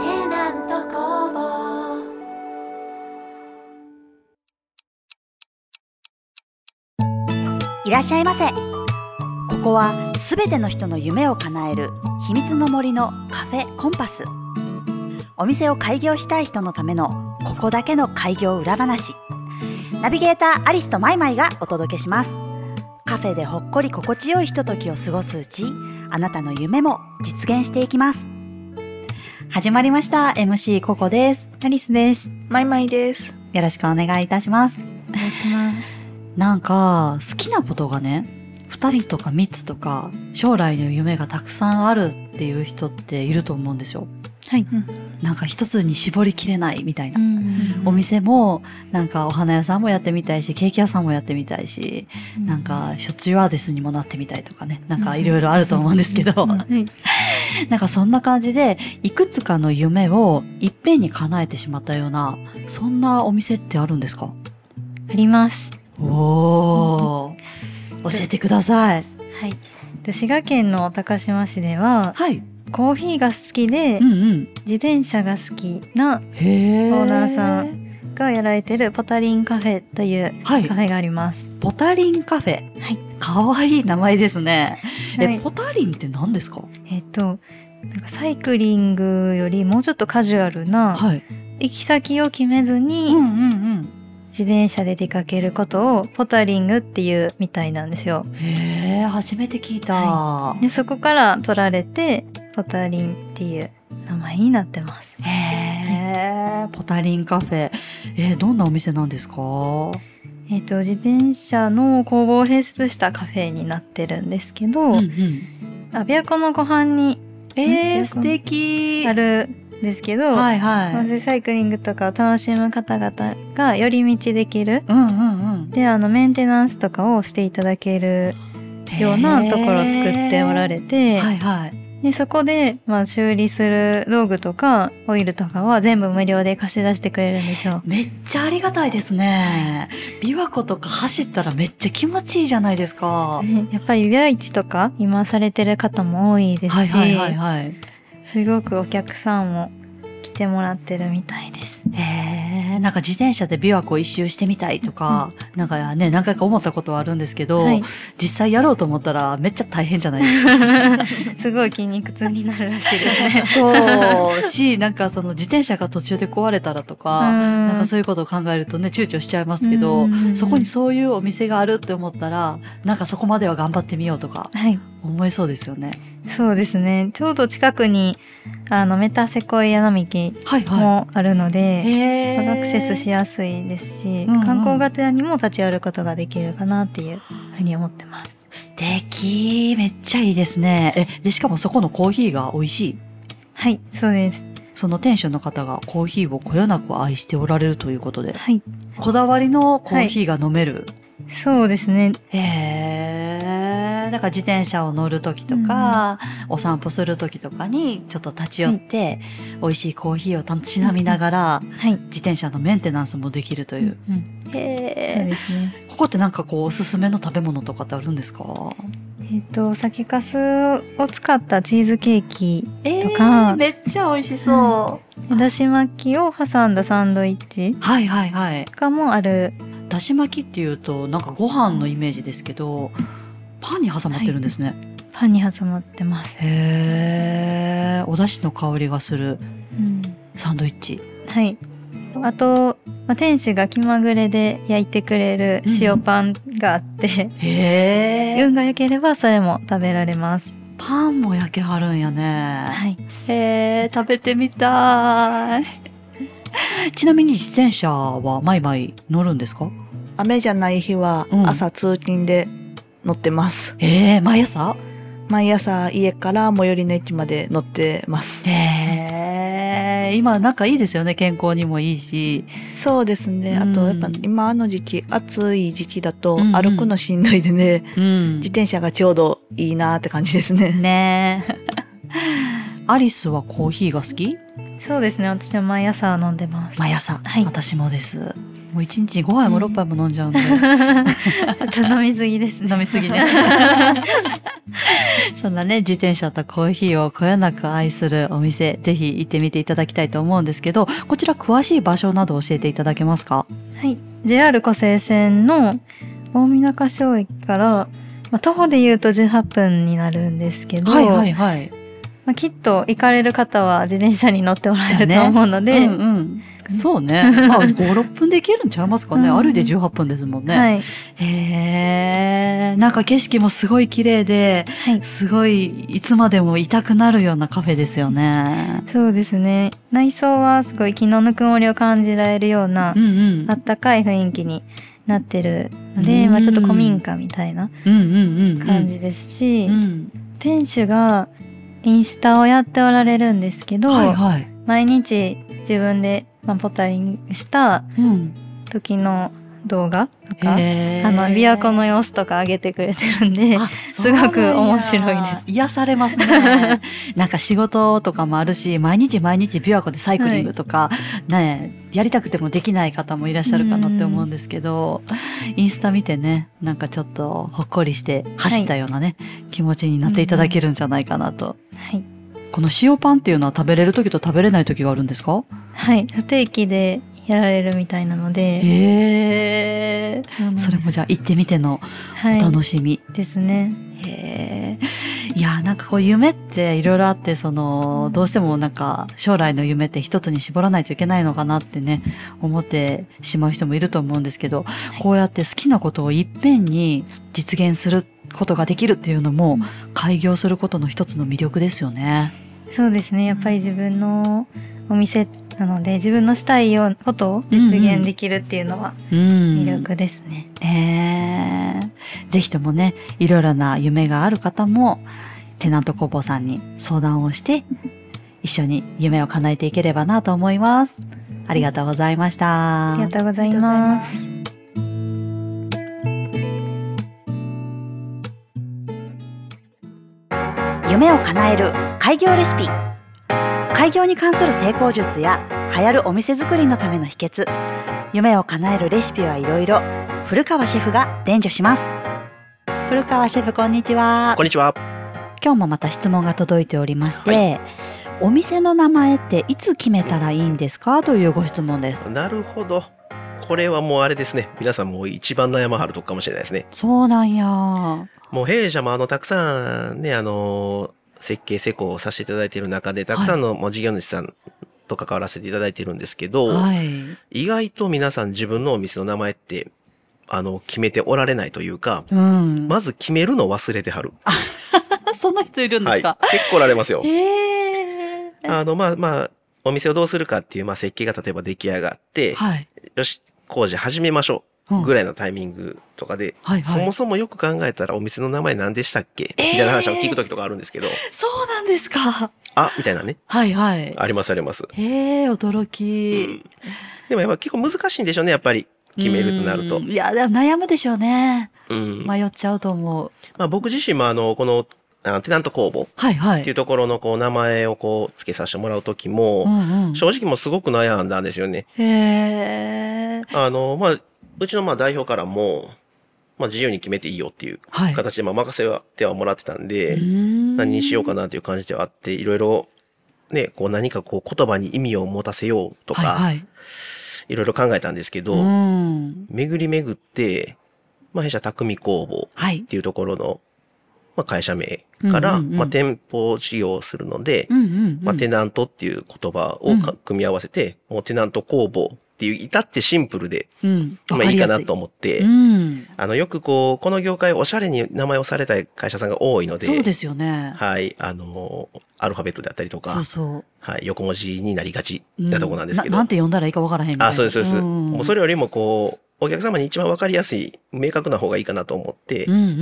テナント工房いらっしゃいませここはすべての人の夢を叶える秘密の森のカフェコンパスお店を開業したい人のためのここだけの開業裏話ナビゲーターアリスとマイマイがお届けしますカフェでほっこり心地よいひとときを過ごすうちあなたの夢も実現していきます始まりました MC ココですアリスです。マイマイです。よろしくお願いいたしますお願いし ます。なんか好きなことがね2つとか3つとか将来の夢がたくさんあるっていう人っていると思うんですよ。はい。なんか一つに絞りきれないみたいな。おお店店もなんかお花屋さんもやってみたいしケーキ屋さんもやってみたいしななんんか、かしょっちゅうアーティストにもなってみたいとかねなんかいろいろあると思うんですけどは。ないんかそんな感じでいくつかの夢をいっぺんに叶えてしまったようなそんなお店ってあるんですかあります。おお、教えてください。はい。で滋賀県の高島市でははい、コーヒーが好きでうんうん、自転車が好きなへえ。オーナーさん。がやられてるポタリンカフェというはカい、フェがあります。ポタリンカフェ。はい、可愛い名前ですね。はえ、い。ポタリンって何ですか。えっと。なんかサイクリングよりもうちょっとカジュアルなはい。行き先を決めずうんにうん自転車で出かけることをポタリングっていうみたいなんですようん。。へえ、初めて聞いた。でそこから取られてポタリンっていう名前になってますへえ、ポタリンカフェ。えー、どんなお店なんですか。えっ、と自転車の工房を併設したカフェになってるんですけど、ん。アビアコの湖畔にえうー、ん素敵。あるんですけど、はいはい。まずサイクリングとかを楽しむ方々が寄り道できるうんうんうん。であのメンテナンスとかをしていただけるようなところを作っておられて、はいはい。でそこで、まあ、修理する道具とかオイルとかは全部無料で貸し出してくれるんですよ。めっちゃありがたいですね。琵琶湖とか走ったらめっちゃ気持ちいいじゃないですか。ねやっぱりビア市とか今されてる方も多いですし、はいはいはいはい。すごくお客さんも来てもらってるみたいです。へえ、なんか自転車で琵琶湖一周してみたいとか、なんかね、何回か思ったことはあるんですけど、はい、 実際やろうと思ったらめっちゃ大変じゃないですか。すごい筋肉痛になるらしいですね。 そう。し、なんかその自転車が途中で壊れたらとか、なんなかそういうことを考えるとね、躊躇しちゃいますけど、そこにそういうお店があるって思ったら、なんかそこまでは頑張ってみようとかはい、思えそうですよね。そうですね。ちょうど近くにあのメタセコイア並木はいはもあるのい。で、へえアクセスしやすいですし、うんうん観光がてらにも立ち寄ることができるかなっていうふうに思ってます。素敵めっちゃいいですねえでしかもそこのコーヒーが美味しいはい、そうです。その店主の方がコーヒーをこよなく愛しておられるということではい、こだわりのコーヒーが飲める、そうですね。へえだから自転車を乗る時とか、お散歩する時とかにちょっと立ち寄って、美味しいコーヒーを楽しみながら、はい、自転車のメンテナンスもできるという、うんそうへえですね。ここってなんかこうおすすめの食べ物とかってあるんですかえっ、と酒粕を使ったチーズケーキえとかめっちゃ美味しそう、だし巻きを挟んだサンドイッチはいはいはいとかもあるだし巻きっていうとなんかご飯のイメージですけどパンに挟まってるんですね、パンに挟まってます、へえお出汁の香りがするうん、サンドイッチはいあと、まあ、店主が気まぐれで焼いてくれる塩パンがあって、へえ運が良ければそれも食べられますパンも焼けはるんやねはいへえ食べてみたい ちなみに自転車は毎毎乗るんですか雨じゃない日はうん朝通勤で乗ってます、ええ毎朝毎朝家から最寄りの駅まで乗ってますへえ今なんかいいですよね健康にもいいしそうですねうんあとやっぱ今の時期暑い時期だとうんうん歩くのしんどいでね、うん自転車がちょうどいいなって感じですねね えアリスはコーヒーが好きそうですね私は毎朝飲んで ます毎朝、はい私もですもう一日5杯も6杯も飲んじゃうんで、 ちょっと飲みすぎですね飲みすぎねそんなね自転車とコーヒーをこよなく愛するお店ぜひ行ってみていただきたいと思うんですけどこちら詳しい場所など教えていただけますか はい、JR 湖西線の大水中小駅から、まあ、徒歩で言うと18分になるんですけど、はいまあ、きっと行かれる方は自転車に乗っておられるだねと思うので、うんうん、そうね まあ56分で行けるんちゃいますかね、うん歩いて18分ですもんね、はい、へえなんか景色もすごい綺麗ではい、すごいいつまでもいたくなるようなカフェですよねそうですね内装はすごい昨日の曇りを感じられるようなうんうんあったかい雰囲気になってるので、うんまあ、ちょっと古民家みたいなうんうんうんうん感じですし、うん店主がインスタをやっておられるんですけど、はいはい、毎日自分で、まあ、ポタリングしたうん、時の動画とか、へーあの琵琶湖の様子とか上げてくれてるんで、 あすごく面白いですそうなんや癒されますねなんか仕事とかもあるし毎日毎日琵琶湖でサイクリングとか、ねやりたくてもできない方もいらっしゃるかなって思うんですけどインスタ見てねなんかちょっとほっこりして走ったようなね、気持ちになっていただけるんじゃないかなと、はい、この塩パンっていうのは食べれる時と食べれない時があるんですかはい、不定期でやられるみたいなので、えー、うなんですそれもじゃあ行ってみてのはおい、楽しみ、ですね。へえ。いや、なんかこう夢っていろいろあって、その、どうしてもなんか将来の夢って一つに絞らないといけないのかなってね、思ってしまう人もいると思うんですけど、こうやって好きなことをいっぺんに実現することができるっていうのも、開業することの一つの魅力ですよね。そうですね。やっぱり自分のお店なので、自分のしたいようなことを実現できるっていうのはうん。魅力ですね。えー、ぜひともねいろいろな夢がある方もテナント工房さんに相談をして一緒に夢を叶えていければなと思います。ありがとうございました。ありがとうございます。夢を叶える開業レシピ開業に関する成功術や流行るお店作りのための秘訣夢を叶えるレシピはいろいろ古川シェフが伝授します古川シェフこんにちは。 こんにちは。今日もまた質問が届いておりまして、お店の名前っていつ決めたらいいんですかというご質問です。なるほど。これはもうあれですね。皆さんも一番悩まはるとこかもしれないですね。そうなんや。もう弊社もあの、たくさんね、あの、設計施工をさせていただいている中で、たくさんのもう事業主さんと関わらせていただいているんですけど、はい。意外と皆さん自分のお店の名前って、あの、決めておられないというか、うん。まず決めるの忘れてはる。そんな人いるんではすい。か。結構おられますよへ。 えあの、まあまあ、お店をどうするかっていう、まあ、設計が例えば出来上がって、はい。よし、工事始めましょううんぐらいのタイミングとかで、はいそはい。もそもよく考えたらお店の名前何でしたっけみえーたいな話を聞くときとかあるんですけど、そうなんですか。あ、みたいな ね。はいはい。ありますあります。へえ、驚うき。ん。でもやっぱ結構難しいんでしょうね、やっぱり。決めるとなるとうん。いや、でも悩むでしょうね。うん。ま迷っちゃうと思う。あ僕自身もあの、この、あのテナント工房はいはっていい。うところのこう名前をこう付けさせてもらうときうも、んうん。正直もうすごく悩んだんですよね。へえ。あの、まあ、うちのまあ代表からも、まあ自由に決めていいよっていうはい。形でまあ任せてはもらってたんで、何何にしようかなという感じではあって、いろいろ、ね、こう何かこう言葉に意味を持たせようとか、はいいはい。ろいろ考えたんですけど、うん。巡り巡って、まあ、弊社匠工房はいっ。ていうところの、まあ、会社名から、うんうんうんまあ、店舗事業をするので、うんうんうまあ、ん。テナントっていう言葉をか組み合わせて、もうテナント工房っていう、至ってシンプルで、うん。まあ、わいいやかすなと思って、うん。あの、よくこう、この業界おしゃれに名前をされたい会社さんが多いので、そうですよね。はい、あの、アルファベットであったりとか、そうそはい、横文字になりがちう。うなとこなんですけど。なんて呼んだらいいかわからへんみたいな。あ、そうです、そうです。んもうそれよりもこう、お客様に一番わかりやすい、明確な方がいいかなと思って、うんうんう。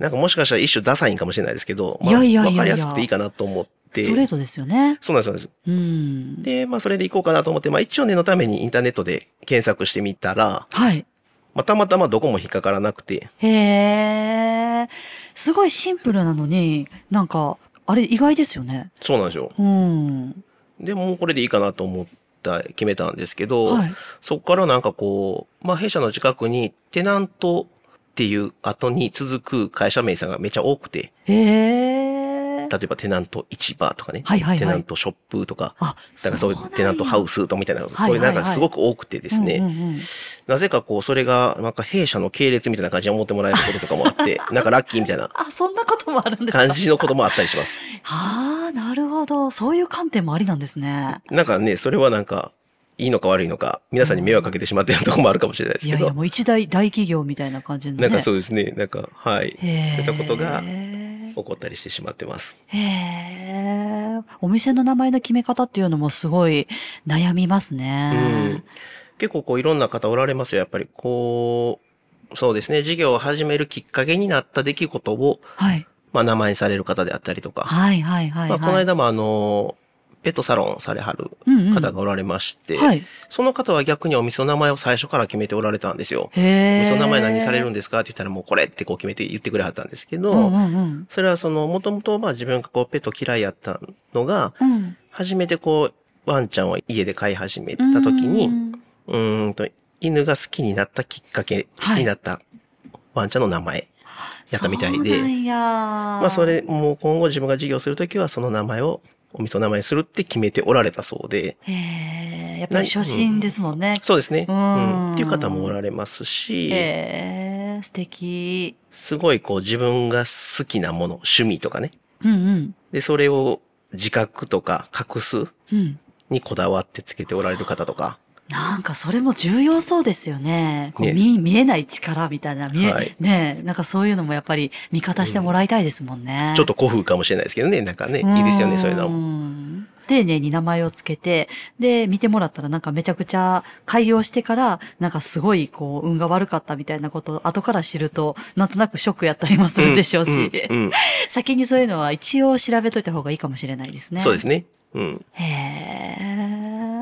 なんんかもしかしたら一種ダサいんかもしれないですけど、いやいやいやいやわかりやすくていいかなと思って。ストレートですよね。そうなんです、そうなんうでんす。。で、まあそれでいこうかなと思って、まあ一応念のためにインターネットで検索してみたら、はい。まあたまたまどこも引っかからなくて、へえ。すごいシンプルなのに、なんか、あれ意外ですよね。そうなんですよ。うん。で、もうこれでいいかなと思った、決めたんですけど、はい。そこからなんかこう、まあ、弊社の近くにテナントっていう後に続く会社名さんがめちゃ多くて、へえ。例えばテナント市場とかね、はいはいテナはンい。トショップとか、あ、だからそういうテナントハウスとみたいな、はいそういうなはんいはかいすごく多くてでですね、なぜかこう、それがなんか弊社の系列みたいな感じに思ってもらえることとかもあ って、なんかラッキーみたいなあ、そんなこともあるんですか。感じのこともあったりします。はあ、なるほど。そういう観点もありなんですね。なんかね、それはなんか、いいのか悪いのか、皆さんに迷惑かけてしまっているところもあるかもしれないですいけやいど、や、もう一大大企業みたいな感じのね。なんかそうですね、なんか、はい、ういそういったことがへ起こったりしてしまってます。え。お店の名前の決め方っていうのもすごい悩みますうんね。、結構こういろんな方おられますよ。やっぱりこう、そうですね、事業を始めるきっかけになった出来事を、はい。まあ、名前にされる方であったりとか、はいはいはいまはあ、い。この間もあの、ペットサロンされはるうんうん方がおられまして、はい。その方は逆にお店の名前を最初から決めておられたんですよ。へおえ。店の名前何されるんですかって言ったらもうこれってこう決めて言ってくれはったんですけど、うんうんうん。それはその、もともとまあ自分がこうペット嫌いやったのが、うん。初めてこう、ワンちゃんを家で飼い始めた時に、うーんと、犬が好きになったきっかけはいになったワンちゃんの名前。やったみたいでそうなんや。ままあそ。れ、もう今後自分が事業するときはその名前をお店の名前にするって決めておられたそうで、へえ。やっぱり初心ですもんね。そうですね。ううんん。っていう方もおられますし、へえ。素敵。すごいこう自分が好きなもの、趣味とかね。うんうん。で、それを自覚とか隠すうん。にこだわってつけておられる方とか、なんかそれも重要そうですよね。こうね見見えない力みたいな、見え、はいねえなんかそういうのもやっぱり味方してもらいたいですもんね。ちょっと古風かもしれないですけどね、なんかね、いいですよね、そういうのも。ん丁寧に名前をつけて、で、見てもらったらなんかめちゃくちゃ開業してから、なんかすごいこう、運が悪かったみたいなことを後から知ると、なんとなくショックやったりもするでしょうし、うん うん先にそういうのは一応調べといた方がいいかもしれないですうね。んそうですね。うん。へ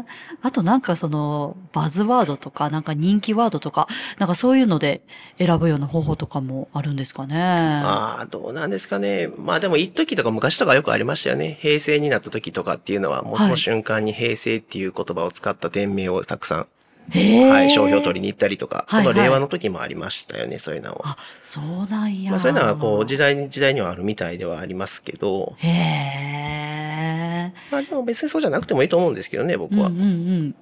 え。あとなんかそのバズワードとかなんか人気ワードとかなんかそういうので選ぶような方法とかもあるんですかね。ああ、どうなんですかね。まあでも、一時とか昔とかよくありましたよね。平成になった時とかっていうのは、もうそはのい瞬間に平成っていう言葉を使った店名をたくさへん、え。はい、商標取りに行ったりとか、はいこの令は和いの時もありましたよね、そういうのを。あそうなんや。まあそういうのは、こう、時代に時代にはあるみたいではありますけど、へえ。まあでも別にそうじゃなくてもいいと思うんですけどね、僕うんうんうは。ん。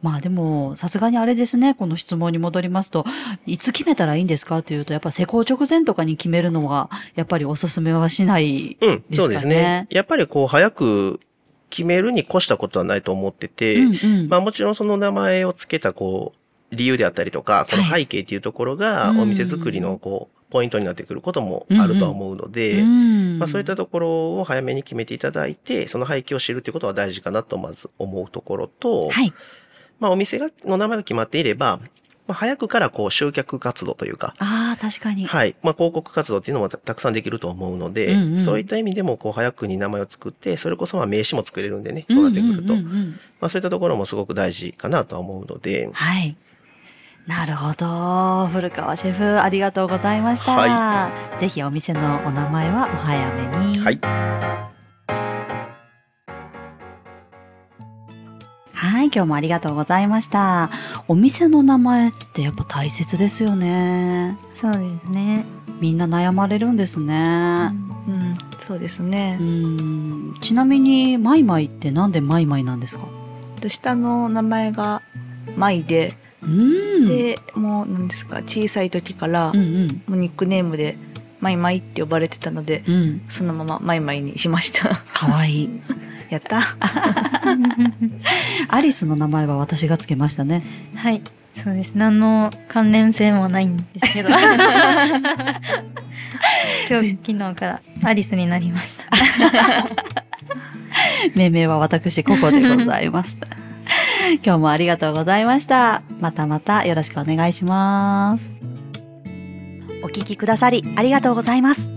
まあでも、さすがにあれですね、この質問に戻りますと、いつ決めたらいいんですかというと、やっぱ施工直前とかに決めるのが、やっぱりおすすめはしない。うん、ですかねそうですね。やっぱりこう、早く決めるに越したことはないと思ってて、うんうん。まあもちろんその名前をつけたこう、理由であったりとか、この背景っていうところがうんお店作りのこう、ポイントになってくることもあるとは思うので、んまあそういったところを早めに決めていただいて、その背景を知るということは大事かなとまず思うところと、はい。まあお店がの名前が決まっていれば、まあ早くからこう集客活動というか、ああ、確かに。はい。まあ、広告活動っていうのもたたくさんできると思うので、うんうんそういった意味でも、こう、早くに名前を作って、それこそまあ名刺も作れるんでね、そうなってくると。うんうんうんうんまあ、そういったところもすごく大事かなとは思うので、はい。なるほど。古川シェフ、ありがとうございました。はぜひお店のお名前はお早めに。はい。はい、今日もありがとうございました。お店の名前ってやっぱ大切ですよね。そうですね。みんな悩まれるんですね。うん、そうですうね。ん。ちなみに、マイマイってなんでマイマイなんですかで下の名前が舞で、うん。で、もう何ですか、小さい時から、うんうもん。うニックネームで、マイマイって呼ばれてたので、うん。そのままマイマイにしました。 かわいい。やった。アリスの名前は私がつけましたね。 はい。そうです。何の関連性もないんですけど。 今日昨日からアリスになりました。命名は私ここでございます。今日もありがとうございました。またまたよろしくお願いします。お聞きくださりありがとうございます。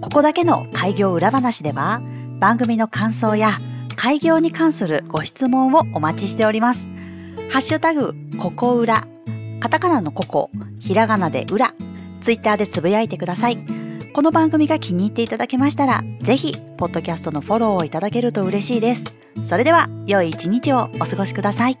ここだけの開業裏話では番組の感想や開業に関するご質問をお待ちしております。ハッシュタグ、ここ裏、カタカナのここ、ひらがなで裏、ツイッターでつぶやいてください。この番組が気に入っていただけましたら、ぜひ、ポッドキャストのフォローをいただけると嬉しいです。それでは、良い一日をお過ごしください。